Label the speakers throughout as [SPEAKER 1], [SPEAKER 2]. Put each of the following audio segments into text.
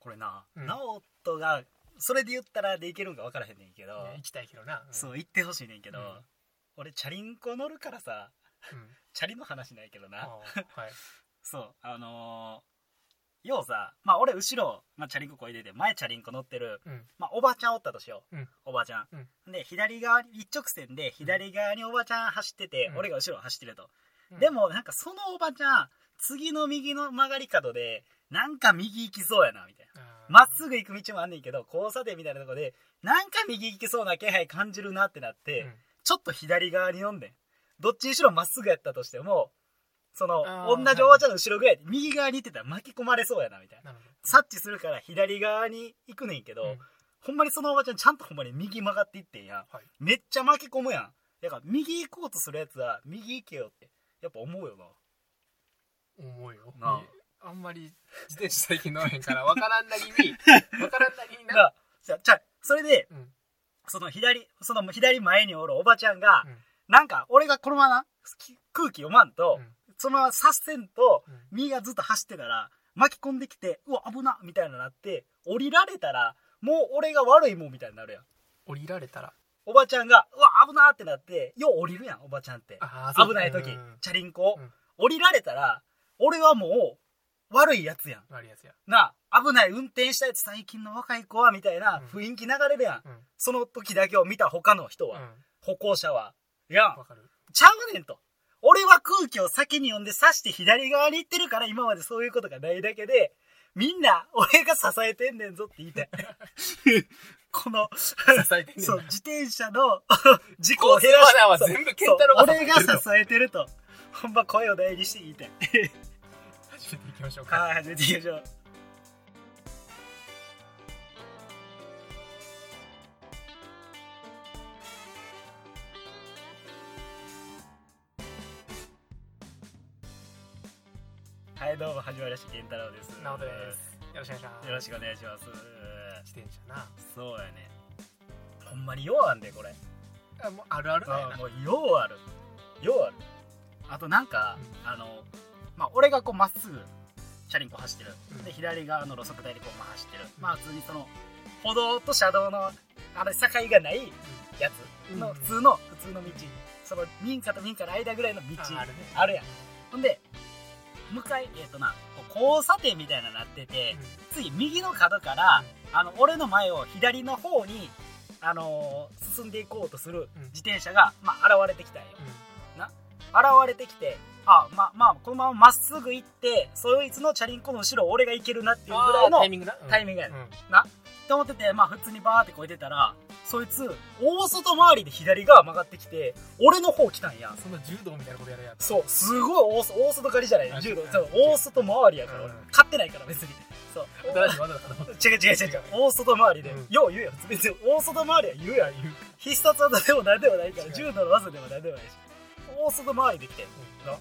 [SPEAKER 1] これな、
[SPEAKER 2] うん
[SPEAKER 1] 直人がそれで言ったらでいけるんか分からへんねんけど、
[SPEAKER 2] ね行きたいけどな、うん、
[SPEAKER 1] そう言ってほしいねんけど、
[SPEAKER 2] うん
[SPEAKER 1] 俺チャリンコ乗るからさ
[SPEAKER 2] うん
[SPEAKER 1] チャリの話ないけどな、
[SPEAKER 2] あーはい
[SPEAKER 1] そうあのー、要さまあ俺後ろ、まあ、チャリンコこいでて前チャリンコ乗ってる、
[SPEAKER 2] うん
[SPEAKER 1] まあ、おばちゃんおったとしよう、
[SPEAKER 2] うん
[SPEAKER 1] おばちゃん、で左側に一直線で左側におばちゃん走ってて、
[SPEAKER 2] うん
[SPEAKER 1] 俺が後ろを走ってると、
[SPEAKER 2] うん
[SPEAKER 1] でもなんかそのおばちゃん次の右の曲がり角でなんか右行きそうやなみたいな
[SPEAKER 2] あー
[SPEAKER 1] まっすぐ行く道もあんねんけど交差点みたいなとこでなんか右行きそうな気配感じるなってなって、
[SPEAKER 2] うん
[SPEAKER 1] ちょっと左側に読んでんどっちにしろまっすぐやったとしてもその
[SPEAKER 2] あ
[SPEAKER 1] 同
[SPEAKER 2] ー
[SPEAKER 1] じおばちゃんの後ろぐらいで右側に行ってたら巻き込まれそうやなみたいな
[SPEAKER 2] なるほ
[SPEAKER 1] 察知するから左側に行くねんけど、
[SPEAKER 2] ど、うん
[SPEAKER 1] ほんまにそのおばちゃんちゃんとほんまに右曲がっていってんやん、
[SPEAKER 2] はい
[SPEAKER 1] めっちゃ巻き込むやんだから右行こうとするやつは右行けよってやっぱ思うよな
[SPEAKER 2] 重いよ
[SPEAKER 1] なあ
[SPEAKER 2] いあんまり自転車最近乗らへんから分からん なりに分からんなりに
[SPEAKER 1] だ
[SPEAKER 2] な、
[SPEAKER 1] じゃじゃあそれで
[SPEAKER 2] うん
[SPEAKER 1] その左その左前におるおばちゃんが、
[SPEAKER 2] うん
[SPEAKER 1] なんか俺がこのままなき空気読まんと、
[SPEAKER 2] うん
[SPEAKER 1] そのまま察せんと
[SPEAKER 2] うん
[SPEAKER 1] 右がずっと走ってたら巻き込んできてうわ危なみたいななって降りられたらもう俺が悪いもんみたいになるやん
[SPEAKER 2] 降りられたら
[SPEAKER 1] おばちゃんがうわ危なってなってよう降りるやんおばちゃんって
[SPEAKER 2] あーそう
[SPEAKER 1] 危ない時
[SPEAKER 2] うん
[SPEAKER 1] チャリンコを
[SPEAKER 2] うん
[SPEAKER 1] 降りられたら俺はもう悪いやつやん
[SPEAKER 2] 悪いやつや、
[SPEAKER 1] なあ危ない運転したやつ最近の若い子はみたいな
[SPEAKER 2] うん
[SPEAKER 1] 雰囲気流れるやん
[SPEAKER 2] うん
[SPEAKER 1] その時だけを見た他の人
[SPEAKER 2] う
[SPEAKER 1] は、
[SPEAKER 2] ん、
[SPEAKER 1] 歩行者はいや
[SPEAKER 2] 分かる
[SPEAKER 1] ちゃうねんと俺は空気を先に読んで刺して左側に行ってるから今までそういうことがないだけでみんな俺が支えてんねんぞって言い たいこの
[SPEAKER 2] 支えてんねんな
[SPEAKER 1] そう自転車の事故を
[SPEAKER 2] こう
[SPEAKER 1] 減らし
[SPEAKER 2] は
[SPEAKER 1] そう
[SPEAKER 2] 全部健太郎が
[SPEAKER 1] そう俺が支えてるとほんま声を大にして言いたい
[SPEAKER 2] 始めていきましょうか
[SPEAKER 1] はい始めていきましょうはいどうも始まりました健太郎です
[SPEAKER 2] なおですよろしくお願いします
[SPEAKER 1] よろしくお願いします
[SPEAKER 2] 自転車な
[SPEAKER 1] そうやねほんまにようあんでこれ
[SPEAKER 2] あもうあるあるだよ
[SPEAKER 1] あ
[SPEAKER 2] な
[SPEAKER 1] もうようあるようあるあとなんか、
[SPEAKER 2] う
[SPEAKER 1] あのまあ俺がこうまっすぐチャリンコ走ってる、
[SPEAKER 2] うん
[SPEAKER 1] で左側の路側帯でこう、まあ、走ってる、
[SPEAKER 2] ん
[SPEAKER 1] まあ普通にその歩道と車道のあの境がないやつ
[SPEAKER 2] う
[SPEAKER 1] の
[SPEAKER 2] ん
[SPEAKER 1] 普通の、普通の道その民家と民家の間ぐらいの道
[SPEAKER 2] ああるね
[SPEAKER 1] あるやんほんで向かいえっ、となこう交差点みたいなのなってて、次右の角から、あの俺の前を左の方に、あのー進んでいこうとする
[SPEAKER 2] うん
[SPEAKER 1] 自転車が、まあ、現れてきたんよ
[SPEAKER 2] うんうん
[SPEAKER 1] 現れてきてあままあこのまままっすぐ行ってそいつのチャリンコの後ろを俺が行けるなっていうぐらい
[SPEAKER 2] あー
[SPEAKER 1] の
[SPEAKER 2] タ
[SPEAKER 1] っ
[SPEAKER 2] イミングな、うん
[SPEAKER 1] タイミングやね
[SPEAKER 2] うん
[SPEAKER 1] て思っててまあ普通にバーってこいてたらそいつ大外回りで左側曲がってきて俺の方来たんや
[SPEAKER 2] そんな柔道みたいなことやるやつ
[SPEAKER 1] そうすごい大外大外狩りじゃない
[SPEAKER 2] あ
[SPEAKER 1] 柔道
[SPEAKER 2] 違う
[SPEAKER 1] そう大外回りやから
[SPEAKER 2] うん
[SPEAKER 1] 俺勝ってないから別にそう
[SPEAKER 2] 新しい技だから
[SPEAKER 1] 違う違う違う違う大外回りで、
[SPEAKER 2] うん
[SPEAKER 1] よう言うやん別に大外回りは言うやん
[SPEAKER 2] 言う
[SPEAKER 1] 必殺技でも何でもないから
[SPEAKER 2] 違う
[SPEAKER 1] 柔道の技でも何でもないし大外回りできてな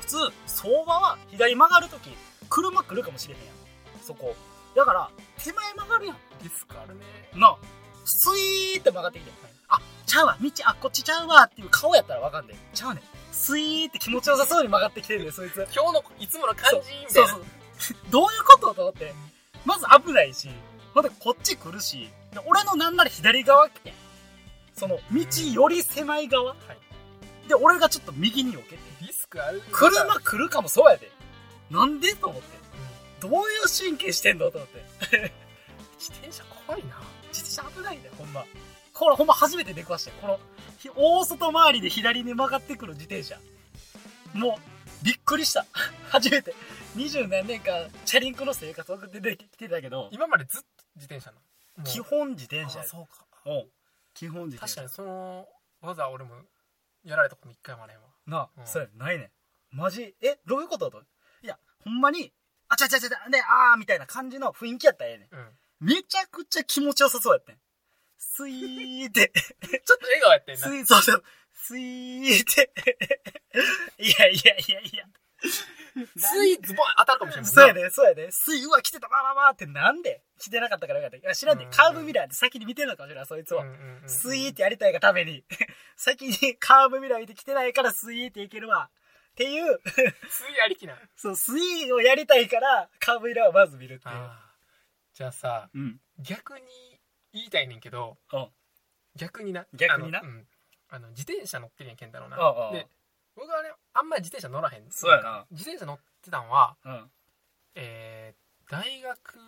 [SPEAKER 1] 普通相場は左曲がるとき車来るかもしれへんやんそこだから手前曲がるやん
[SPEAKER 2] リスクあるね
[SPEAKER 1] なスイーって曲がってきてあちゃうわ道あこっちちゃうわっていう顔やったらわかんねんちゃうねんスイーって気持ちよさそうに曲がってきてるねんそいつ
[SPEAKER 2] 今日のいつもの感じみた
[SPEAKER 1] そ
[SPEAKER 2] いうな
[SPEAKER 1] そうどういうことと思ってまず危ないしまたこっち来るしで俺のなんなら左側来てその道より狭い側、で俺がちょっと右に避けて
[SPEAKER 2] リスクある
[SPEAKER 1] 車来るかもそうやでなんでと思ってどういう神経してんのと思って
[SPEAKER 2] 自転車怖いな
[SPEAKER 1] 自転車危ないでほんまこれほんま初めて出くわしてこのひ大外回りで左に曲がってくる自転車もうびっくりした 初めて二十何年間チャリンコの生活送ってきてたけど
[SPEAKER 2] 今までずっと自転車なの
[SPEAKER 1] 基
[SPEAKER 2] もう
[SPEAKER 1] 本自転車
[SPEAKER 2] あ
[SPEAKER 1] や
[SPEAKER 2] ーそうか
[SPEAKER 1] うん基本自転
[SPEAKER 2] 確
[SPEAKER 1] 車
[SPEAKER 2] かにその技俺もやられたこと一回もあれへんわ
[SPEAKER 1] なあ、
[SPEAKER 2] うん
[SPEAKER 1] そうやないねんマジえどういうことといやほんまにあちゃちゃちゃちゃねあーみたいな感じの雰囲気やったらええねん
[SPEAKER 2] うん
[SPEAKER 1] めちゃくちゃ気持ちよさそうやってんスイーって
[SPEAKER 2] ちょっと笑顔やってんな
[SPEAKER 1] スイーそうそうスイーって いやいやいやいや
[SPEAKER 2] ついズボン当たるかもしれない
[SPEAKER 1] そうやねそうやねスイうわ来てたバーバーバーってなんで来てなかったからよかったいや知らんね
[SPEAKER 2] うん
[SPEAKER 1] カーブミラーって先に見てるのかもしれないそいつは、スイーってやりたいがために 先にカーブミラー見て来てないからスイーっていけるわっていう
[SPEAKER 2] ついありきな
[SPEAKER 1] そう、スイーをやりたいから、カーブイラをまず見るっていう。
[SPEAKER 2] あじゃあさ
[SPEAKER 1] うん
[SPEAKER 2] 逆に言いたいねんけど
[SPEAKER 1] うん
[SPEAKER 2] 逆にな
[SPEAKER 1] 逆にな
[SPEAKER 2] あの,、うん、あの自転車乗ってるやん健太郎な
[SPEAKER 1] ああああ
[SPEAKER 2] で僕はねあんまり自転車乗らへん
[SPEAKER 1] そうやな
[SPEAKER 2] 自転車乗ってたんは
[SPEAKER 1] うん
[SPEAKER 2] えー大学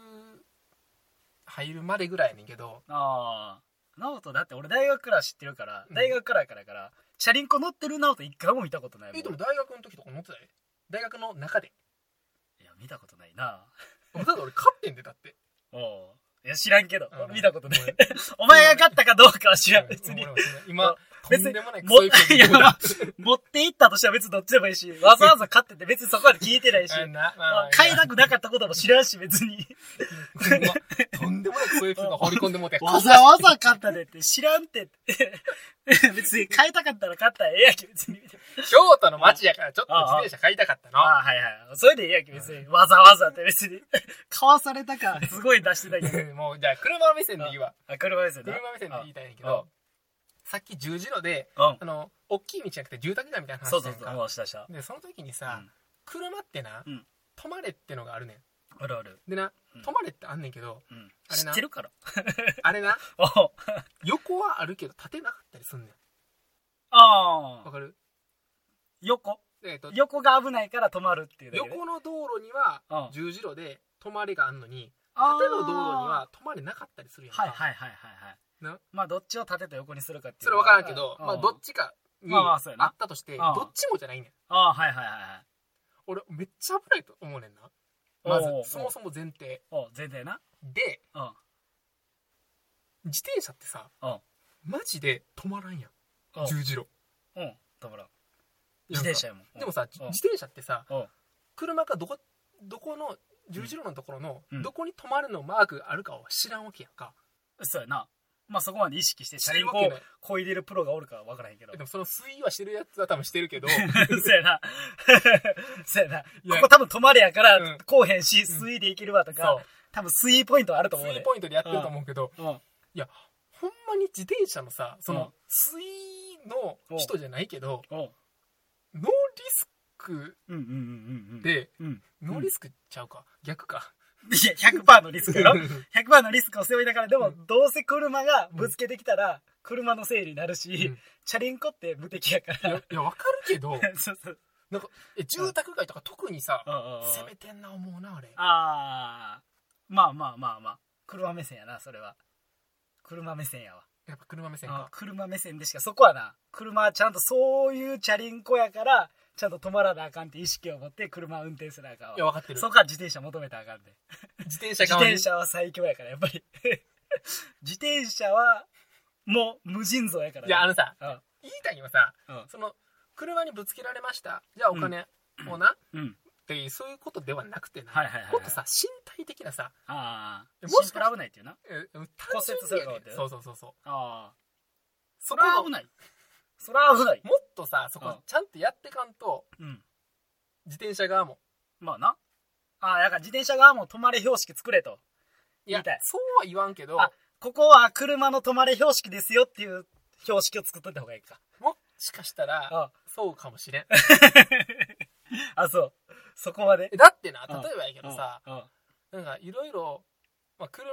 [SPEAKER 2] 入るまでぐらいやねんけど
[SPEAKER 1] ああ直人だって俺大学から知ってるから
[SPEAKER 2] うん
[SPEAKER 1] 大学からやからやから、チャリンコ乗ってる直人一回も見たことないもん
[SPEAKER 2] えでも大学の時とか乗ってたで大学の中で
[SPEAKER 1] いや見たことないな
[SPEAKER 2] だって俺勝ってんでだって
[SPEAKER 1] おおういや知らんけど、
[SPEAKER 2] うん
[SPEAKER 1] 見たことない
[SPEAKER 2] 俺
[SPEAKER 1] お前が勝ったかどうかは知らん別に
[SPEAKER 2] 俺はそんな今と
[SPEAKER 1] 別に
[SPEAKER 2] んでもないク
[SPEAKER 1] も
[SPEAKER 2] ソ意見言うな
[SPEAKER 1] 持って行ったとしては別にどっちでもいいしわざわざ勝ってて別にそこまで聞いてないし
[SPEAKER 2] あなまあまあ
[SPEAKER 1] あ 買いたくなかったことも知らんし別に
[SPEAKER 2] ほんまとんでもないクソエピソード放り込んでもう て
[SPEAKER 1] わざわざ買ったでって知らんってって 別に買いたかったら買ったらええやけ別に
[SPEAKER 2] 京都の街やからちょっと自転車買いたかったの
[SPEAKER 1] ああはいはいそれでええやけ別にわざわざって別に買わされたかすごい出してたけど
[SPEAKER 2] もうじゃあ車目線で言うわ
[SPEAKER 1] あ車ですよね
[SPEAKER 2] 車目線で言いたいんやけ
[SPEAKER 1] ああ
[SPEAKER 2] どさっき十字路で
[SPEAKER 1] うん
[SPEAKER 2] あの大きい道じゃなくて住宅街みたいな話
[SPEAKER 1] そう
[SPEAKER 2] して
[SPEAKER 1] そ
[SPEAKER 2] ん
[SPEAKER 1] う
[SPEAKER 2] か
[SPEAKER 1] そうもうしたした
[SPEAKER 2] でその時にさ、
[SPEAKER 1] うん
[SPEAKER 2] 車ってな、
[SPEAKER 1] うん
[SPEAKER 2] 止まれってのがあるねん
[SPEAKER 1] あるある、
[SPEAKER 2] でな、
[SPEAKER 1] うん
[SPEAKER 2] 止まれってあんねんけど
[SPEAKER 1] うん、
[SPEAKER 2] あれ
[SPEAKER 1] 知
[SPEAKER 2] な
[SPEAKER 1] ってるから
[SPEAKER 2] あれな
[SPEAKER 1] おう
[SPEAKER 2] 横はあるけど立てなかったりすんね
[SPEAKER 1] あ
[SPEAKER 2] んわ
[SPEAKER 1] あ
[SPEAKER 2] かる
[SPEAKER 1] 横
[SPEAKER 2] でえっと
[SPEAKER 1] 横が危ないから止まるっていうだけで
[SPEAKER 2] 横の道路には
[SPEAKER 1] うん
[SPEAKER 2] 十字路で止まれがあんのに
[SPEAKER 1] あー
[SPEAKER 2] 縦の道路には止まれなかったりするやんか、
[SPEAKER 1] はいはいはいはいはい
[SPEAKER 2] な
[SPEAKER 1] まあどっちを縦と横にするかっていう
[SPEAKER 2] それ分からんけど、まあ、どっ
[SPEAKER 1] ち
[SPEAKER 2] ちかに
[SPEAKER 1] まあまあそうやな
[SPEAKER 2] あったとして、
[SPEAKER 1] ん
[SPEAKER 2] どっちもじゃないねん
[SPEAKER 1] ああはいはいはいはい
[SPEAKER 2] 俺めっちゃ危ないと思うねんな
[SPEAKER 1] お
[SPEAKER 2] ま
[SPEAKER 1] うおう
[SPEAKER 2] ずそもそも前提
[SPEAKER 1] お全然な
[SPEAKER 2] で
[SPEAKER 1] うんうん
[SPEAKER 2] 自転車ってさ
[SPEAKER 1] うん
[SPEAKER 2] マジで止まらんや
[SPEAKER 1] うん
[SPEAKER 2] ん十字路
[SPEAKER 1] うんだから自転車やもん
[SPEAKER 2] でもさ、じ
[SPEAKER 1] うん
[SPEAKER 2] 自転車ってさ
[SPEAKER 1] うん、
[SPEAKER 2] 車がどこどこの十字路のところの、
[SPEAKER 1] うん
[SPEAKER 2] どこに止まるのマークがあるかは知らんわけやんか
[SPEAKER 1] そうやなまあそこまで意識して
[SPEAKER 2] 知
[SPEAKER 1] 車
[SPEAKER 2] る
[SPEAKER 1] 輪
[SPEAKER 2] わ
[SPEAKER 1] こ
[SPEAKER 2] け
[SPEAKER 1] う
[SPEAKER 2] ない
[SPEAKER 1] こいでるプロがおるかは分からへんけど
[SPEAKER 2] でもその推移はしてるやつは多分してるけど
[SPEAKER 1] そうやな そうやない
[SPEAKER 2] や
[SPEAKER 1] ここ多分止まれやから、
[SPEAKER 2] うん
[SPEAKER 1] こうへんし水位でいけるわとか、
[SPEAKER 2] そう
[SPEAKER 1] 多分水位ポイントあると思う
[SPEAKER 2] 推移
[SPEAKER 1] で
[SPEAKER 2] ポイントでやってると思うけど、
[SPEAKER 1] うん
[SPEAKER 2] ほんまに自転車のさそ
[SPEAKER 1] うん
[SPEAKER 2] の推移の人じゃないけど、
[SPEAKER 1] お
[SPEAKER 2] ノーリスク
[SPEAKER 1] うんうんうんうんうん
[SPEAKER 2] で、
[SPEAKER 1] うん
[SPEAKER 2] ノーリスクちゃうか逆か
[SPEAKER 1] いや100%のリスクやろ
[SPEAKER 2] う
[SPEAKER 1] 100%のリスクを背負いながらでも、
[SPEAKER 2] う
[SPEAKER 1] どうせ車がぶつけてきたら車のせいになるし、
[SPEAKER 2] ん
[SPEAKER 1] チャリンコって無敵やか
[SPEAKER 2] い
[SPEAKER 1] ら
[SPEAKER 2] やいやわかるけど
[SPEAKER 1] そうそう
[SPEAKER 2] なんかえ住宅街とか特にさ
[SPEAKER 1] あ
[SPEAKER 2] 攻めてんな思うなあれ
[SPEAKER 1] あーまあまあまあまあ車目線やなそれは車目線やわ
[SPEAKER 2] やっぱ車目線
[SPEAKER 1] あ
[SPEAKER 2] か
[SPEAKER 1] 車目線でしかそこはな車はちゃんとそういうチャリンコやからちゃんと止まらなあかんって意識を持って車運転すなあかん
[SPEAKER 2] いや
[SPEAKER 1] わ
[SPEAKER 2] 分かってる
[SPEAKER 1] そこは自転車求めたらあかんで
[SPEAKER 2] 自転車
[SPEAKER 1] 自
[SPEAKER 2] 側に
[SPEAKER 1] 転車は最強やからやっぱり 自転車はもう無尽蔵やから
[SPEAKER 2] いやあのさ
[SPEAKER 1] うん
[SPEAKER 2] 言いたいのはさ
[SPEAKER 1] うん
[SPEAKER 2] その車にぶつけられましたじゃあお金をな、っ
[SPEAKER 1] うん
[SPEAKER 2] ていうそういうことではなくてな、
[SPEAKER 1] はいはいはいはい
[SPEAKER 2] もっとさ身体的なさ
[SPEAKER 1] ああ
[SPEAKER 2] え
[SPEAKER 1] も
[SPEAKER 2] も
[SPEAKER 1] し
[SPEAKER 2] し
[SPEAKER 1] から危ないっていうな
[SPEAKER 2] え単
[SPEAKER 1] 骨折するかもって
[SPEAKER 2] そうそうそうそう
[SPEAKER 1] ああ
[SPEAKER 2] そ
[SPEAKER 1] そ
[SPEAKER 2] こ
[SPEAKER 1] れは
[SPEAKER 2] を
[SPEAKER 1] 危
[SPEAKER 2] も
[SPEAKER 1] ないそれは危ない
[SPEAKER 2] っとさそ
[SPEAKER 1] うん
[SPEAKER 2] こちゃんとやってかんと
[SPEAKER 1] うん
[SPEAKER 2] 自転車側も
[SPEAKER 1] まあなああだから自転車側も止まれ標識作れと
[SPEAKER 2] いや
[SPEAKER 1] 言いたい
[SPEAKER 2] そうは言わんけど
[SPEAKER 1] あここは車の止まれ標識ですよっていう標識を作っといた方がいいか
[SPEAKER 2] もしかしたら
[SPEAKER 1] あ
[SPEAKER 2] そうかもしれん
[SPEAKER 1] あそうそこまで
[SPEAKER 2] だってな
[SPEAKER 1] うん
[SPEAKER 2] 例えばやけどさ
[SPEAKER 1] うんうん
[SPEAKER 2] なんかいろいろまあ車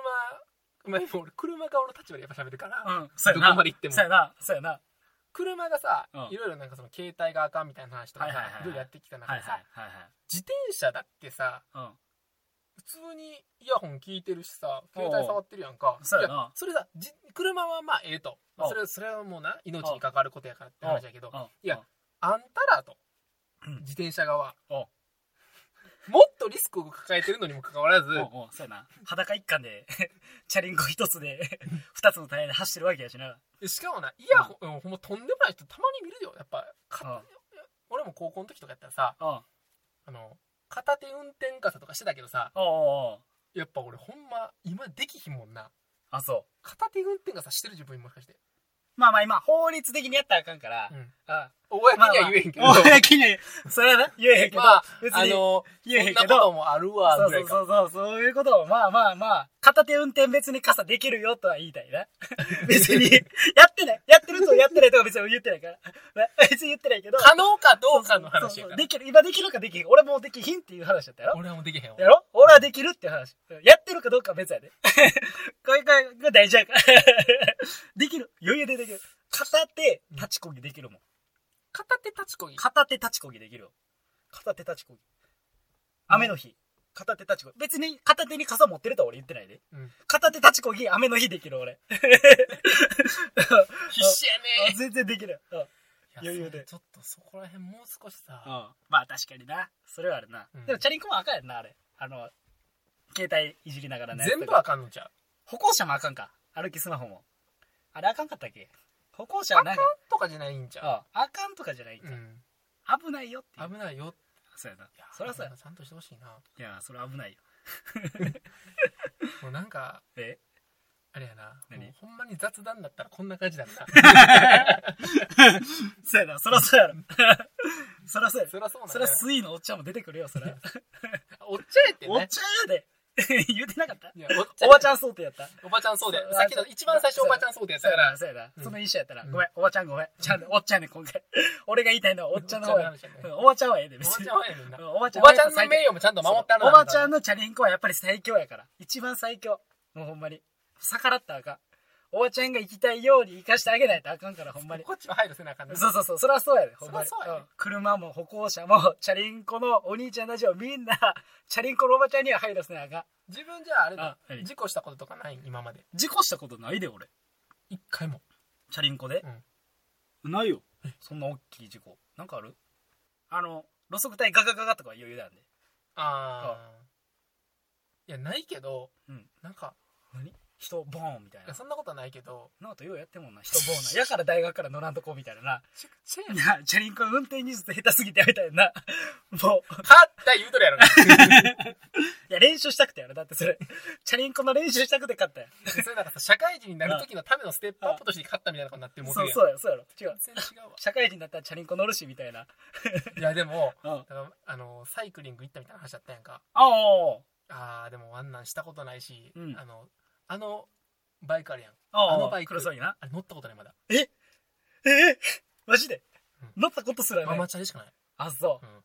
[SPEAKER 2] まあ今俺車側の立場でやっぱ喋るから、
[SPEAKER 1] うんそうやな
[SPEAKER 2] どこまで行っても
[SPEAKER 1] そうやなそうやな
[SPEAKER 2] 車がさ、
[SPEAKER 1] うん
[SPEAKER 2] いろいろなんかその携帯があかんみたいな話とか
[SPEAKER 1] は
[SPEAKER 2] さ、
[SPEAKER 1] い
[SPEAKER 2] い
[SPEAKER 1] はいはいはい
[SPEAKER 2] ろいろやってきた中
[SPEAKER 1] はい
[SPEAKER 2] でさ、
[SPEAKER 1] はいはい
[SPEAKER 2] 自転車だってさ
[SPEAKER 1] はい
[SPEAKER 2] 普通にイヤホン聞いてるしさ携帯触ってるやんか
[SPEAKER 1] そうやない
[SPEAKER 2] それだじ車はまあええと
[SPEAKER 1] うん
[SPEAKER 2] それそれはもうな命に関わることやからって話やけど
[SPEAKER 1] うんうん
[SPEAKER 2] いやあんたらと
[SPEAKER 1] うん
[SPEAKER 2] 自転車側
[SPEAKER 1] うん
[SPEAKER 2] もっとリスクを抱えてるのにもかかわらず
[SPEAKER 1] うんうんうんそうやな裸一貫で チャリンコ一つで 二つのタイヤで走ってるわけやしな
[SPEAKER 2] しかもなイヤホンうんほんまとんでもない人たまに見るよやっぱか俺も高校の時とかやったらさ
[SPEAKER 1] うんうん
[SPEAKER 2] あの片手運転傘とかしてたけどさ
[SPEAKER 1] おうおうおう
[SPEAKER 2] やっぱ俺ほんま今できひんもんな
[SPEAKER 1] あそう
[SPEAKER 2] 片手運転傘してる自分もしかして
[SPEAKER 1] まあまあ今、法律的にやったらあかんから、
[SPEAKER 2] うん
[SPEAKER 1] あ
[SPEAKER 2] 公には言えへん けど、
[SPEAKER 1] まあまあ公には言えそれはな、言えへんけど、
[SPEAKER 2] まあ、
[SPEAKER 1] 別
[SPEAKER 2] あ
[SPEAKER 1] に
[SPEAKER 2] の、
[SPEAKER 1] 言え
[SPEAKER 2] こ
[SPEAKER 1] へんけ
[SPEAKER 2] んなこと
[SPEAKER 1] ど、
[SPEAKER 2] もあるわ、
[SPEAKER 1] そう
[SPEAKER 2] ぐらいか。
[SPEAKER 1] そうそう、そういうことを、まあまあまあ、片手運転別に傘できるよとは言いたい な。別に、やってない、やってるとやってないとか別に言ってないから。な別に言ってないけど、
[SPEAKER 2] 可能かどうかの
[SPEAKER 1] そ
[SPEAKER 2] 話
[SPEAKER 1] う
[SPEAKER 2] や
[SPEAKER 1] そ
[SPEAKER 2] か
[SPEAKER 1] う
[SPEAKER 2] ら
[SPEAKER 1] で。きる、今できるかできへん。俺もうできひんっていう話だったやろ。
[SPEAKER 2] 俺はもうできへんわ。
[SPEAKER 1] やろ俺はできるって話。やってるかどうかは別や で。これが大事やから。 できる。余裕でできる。片手立ちこぎできるもん。
[SPEAKER 2] 片手立ちこぎ。
[SPEAKER 1] 片手立ちこぎできるよ。片手立ちこぎ。雨の日。片手立ちこぎ。別に片手に傘持ってるとは俺言ってないで。
[SPEAKER 2] うん
[SPEAKER 1] 片手立ちこぎ、雨の日できる俺。
[SPEAKER 2] 必死やね
[SPEAKER 1] 全然できる。うん
[SPEAKER 2] いや
[SPEAKER 1] 余裕で
[SPEAKER 2] ちょっとそこら辺もう少しさ、
[SPEAKER 1] まあ確かにな。それはあるな。
[SPEAKER 2] うん
[SPEAKER 1] でもチャリンコもあかんやんな、あれ。あの、携帯いじりながらね。
[SPEAKER 2] 全部あかんのちゃう。
[SPEAKER 1] 歩行者もあかんか歩きスマホもあれあかんかったっけ歩行者
[SPEAKER 2] あ
[SPEAKER 1] は
[SPEAKER 2] か
[SPEAKER 1] なんんか
[SPEAKER 2] とかじゃないんちゃ
[SPEAKER 1] ああかんとかじゃない、
[SPEAKER 2] う。うん。
[SPEAKER 1] 危ないよっていう
[SPEAKER 2] 危ないよ。
[SPEAKER 1] そうやない
[SPEAKER 2] や
[SPEAKER 1] そりゃそうや
[SPEAKER 2] ちゃんとしてほしいな。
[SPEAKER 1] いやそれ危ないよ
[SPEAKER 2] もうなんか、
[SPEAKER 1] え
[SPEAKER 2] あれやな。
[SPEAKER 1] 何
[SPEAKER 2] もうほんまに雑談だったらこんな感じ だった。
[SPEAKER 1] そうやなそらそうやろ そらそうやろ
[SPEAKER 2] そりゃそうなんだ
[SPEAKER 1] そ
[SPEAKER 2] よ
[SPEAKER 1] ら。スイのおっちゃんも出てくるよそら
[SPEAKER 2] おっちゃんやって
[SPEAKER 1] おっ
[SPEAKER 2] ね。
[SPEAKER 1] ちゃんやで 言うてなかった
[SPEAKER 2] いやおっちゃ
[SPEAKER 1] お
[SPEAKER 2] ん
[SPEAKER 1] ばちゃん想定やった
[SPEAKER 2] おばちゃんそうだよ
[SPEAKER 1] そ。う
[SPEAKER 2] さっきの一番最初おばちゃんそうだよ。
[SPEAKER 1] そ
[SPEAKER 2] だ
[SPEAKER 1] う
[SPEAKER 2] か
[SPEAKER 1] や
[SPEAKER 2] ら
[SPEAKER 1] な、そうやな、
[SPEAKER 2] うん
[SPEAKER 1] その印象やったら、
[SPEAKER 2] うん
[SPEAKER 1] ごめんおばちゃんごめんちゃんおっちゃんね今回 俺が言いたいのはおっちゃんの方や
[SPEAKER 2] おっちゃんの話やね
[SPEAKER 1] うんおばちゃんはええで
[SPEAKER 2] おば
[SPEAKER 1] 別
[SPEAKER 2] ち
[SPEAKER 1] に
[SPEAKER 2] ゃんはやねんな。
[SPEAKER 1] うんおばちゃ
[SPEAKER 2] お
[SPEAKER 1] んは
[SPEAKER 2] ば
[SPEAKER 1] やっ
[SPEAKER 2] ち
[SPEAKER 1] ぱ
[SPEAKER 2] ゃんの名誉もちゃんと守ってある
[SPEAKER 1] おばちゃん
[SPEAKER 2] の。
[SPEAKER 1] のチャリンコはやっぱり最強やから一番最強もうほんまに逆らったらあかんおばちゃんが行きたいように生かしてあげないとあかんからほんまに
[SPEAKER 2] こっちは配慮せなあかんね。
[SPEAKER 1] そうそうそうそりゃそうやでほんまに
[SPEAKER 2] そらそうやで
[SPEAKER 1] ん車も歩行者もチャリンコのお兄ちゃんたちをみんなチャリンコのおばちゃんには配慮せなあかん
[SPEAKER 2] 自分じゃああれだ
[SPEAKER 1] あはい。
[SPEAKER 2] 事故したこととかない今まで。
[SPEAKER 1] 事故したことないで俺
[SPEAKER 2] 一回も。
[SPEAKER 1] チャリンコで、ないよそんな大きい事故なんかあるあの路側帯ガガガガとかは余裕なんで
[SPEAKER 2] ああ。いや、ないけど
[SPEAKER 1] うん、
[SPEAKER 2] なんか、
[SPEAKER 1] 何人ボーンみたい
[SPEAKER 2] い
[SPEAKER 1] な
[SPEAKER 2] やそんなことはないけど、
[SPEAKER 1] なんかとようやってんもんな人ボーンなやから大学から乗らんとこみたいなな
[SPEAKER 2] ちっちゃいやん。
[SPEAKER 1] な チャリンコの運転技術下手すぎてみたいな。 もう、
[SPEAKER 2] 勝った言うとるやろ。
[SPEAKER 1] いや、練習したくてやろ。だってそれ、チャリンコの練習したくて勝ったよ。
[SPEAKER 2] それなんかさ、社会人になる時のためのステップアップとして勝ったみたいなことになってもうて
[SPEAKER 1] そ
[SPEAKER 2] る
[SPEAKER 1] う、
[SPEAKER 2] やん。
[SPEAKER 1] そうやろ、そうやろ。違う。
[SPEAKER 2] 全然違うわ。
[SPEAKER 1] 社会人だったらチャリンコ乗るし、みたいな。
[SPEAKER 2] いや、でも、
[SPEAKER 1] うん。あ
[SPEAKER 2] あのあの、サイクリング行ったみたいな話だったやんか。
[SPEAKER 1] あ、
[SPEAKER 2] あー、でもあんなんしたことないし、
[SPEAKER 1] うん
[SPEAKER 2] あの、あの、バイクあるやん。
[SPEAKER 1] ああ、
[SPEAKER 2] あのバイク
[SPEAKER 1] 黒そうにな。
[SPEAKER 2] あれ乗ったことないまだ。
[SPEAKER 1] ええマジで
[SPEAKER 2] うん
[SPEAKER 1] 乗ったことすら
[SPEAKER 2] マ
[SPEAKER 1] な
[SPEAKER 2] マ
[SPEAKER 1] い。
[SPEAKER 2] チャリしかない。
[SPEAKER 1] あ、そうう。
[SPEAKER 2] ん。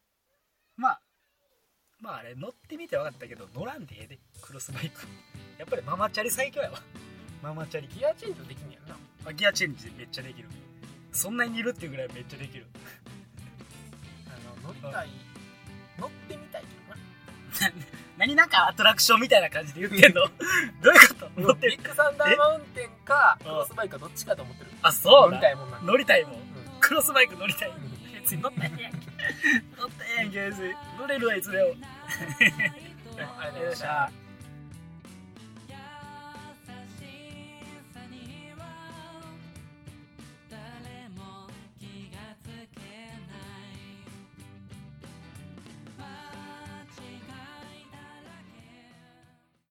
[SPEAKER 1] まあ、まああれ、乗ってみて分かったけど、乗らんでええで、クロスバイク。 やっぱりママチャリ最強やわ。ママチャリ。
[SPEAKER 2] ギアチェンジはできんねやんな。
[SPEAKER 1] あギアチェンジめっちゃできる。そんなにいるっていうぐらいめっちゃできる。
[SPEAKER 2] あの、乗りたい、乗ってみたいけどな。
[SPEAKER 1] 何なんかアトラクションみたいな感じで言ってんの どういうこと乗って
[SPEAKER 2] ビ
[SPEAKER 1] る
[SPEAKER 2] ッグサンダーマウンテンか、
[SPEAKER 1] え
[SPEAKER 2] クロスバイクかどっちかと思ってる。
[SPEAKER 1] あそう
[SPEAKER 2] 乗り
[SPEAKER 1] だ
[SPEAKER 2] たいもんなんか。
[SPEAKER 1] 乗りたいもん
[SPEAKER 2] うん
[SPEAKER 1] クロスバイク乗りたい別に乗ったんやんけ 乗ったんやんけ別に乗れるわいつでも
[SPEAKER 2] ありがとうござい
[SPEAKER 1] よ
[SPEAKER 2] ま
[SPEAKER 1] っ
[SPEAKER 2] し
[SPEAKER 1] したゃ。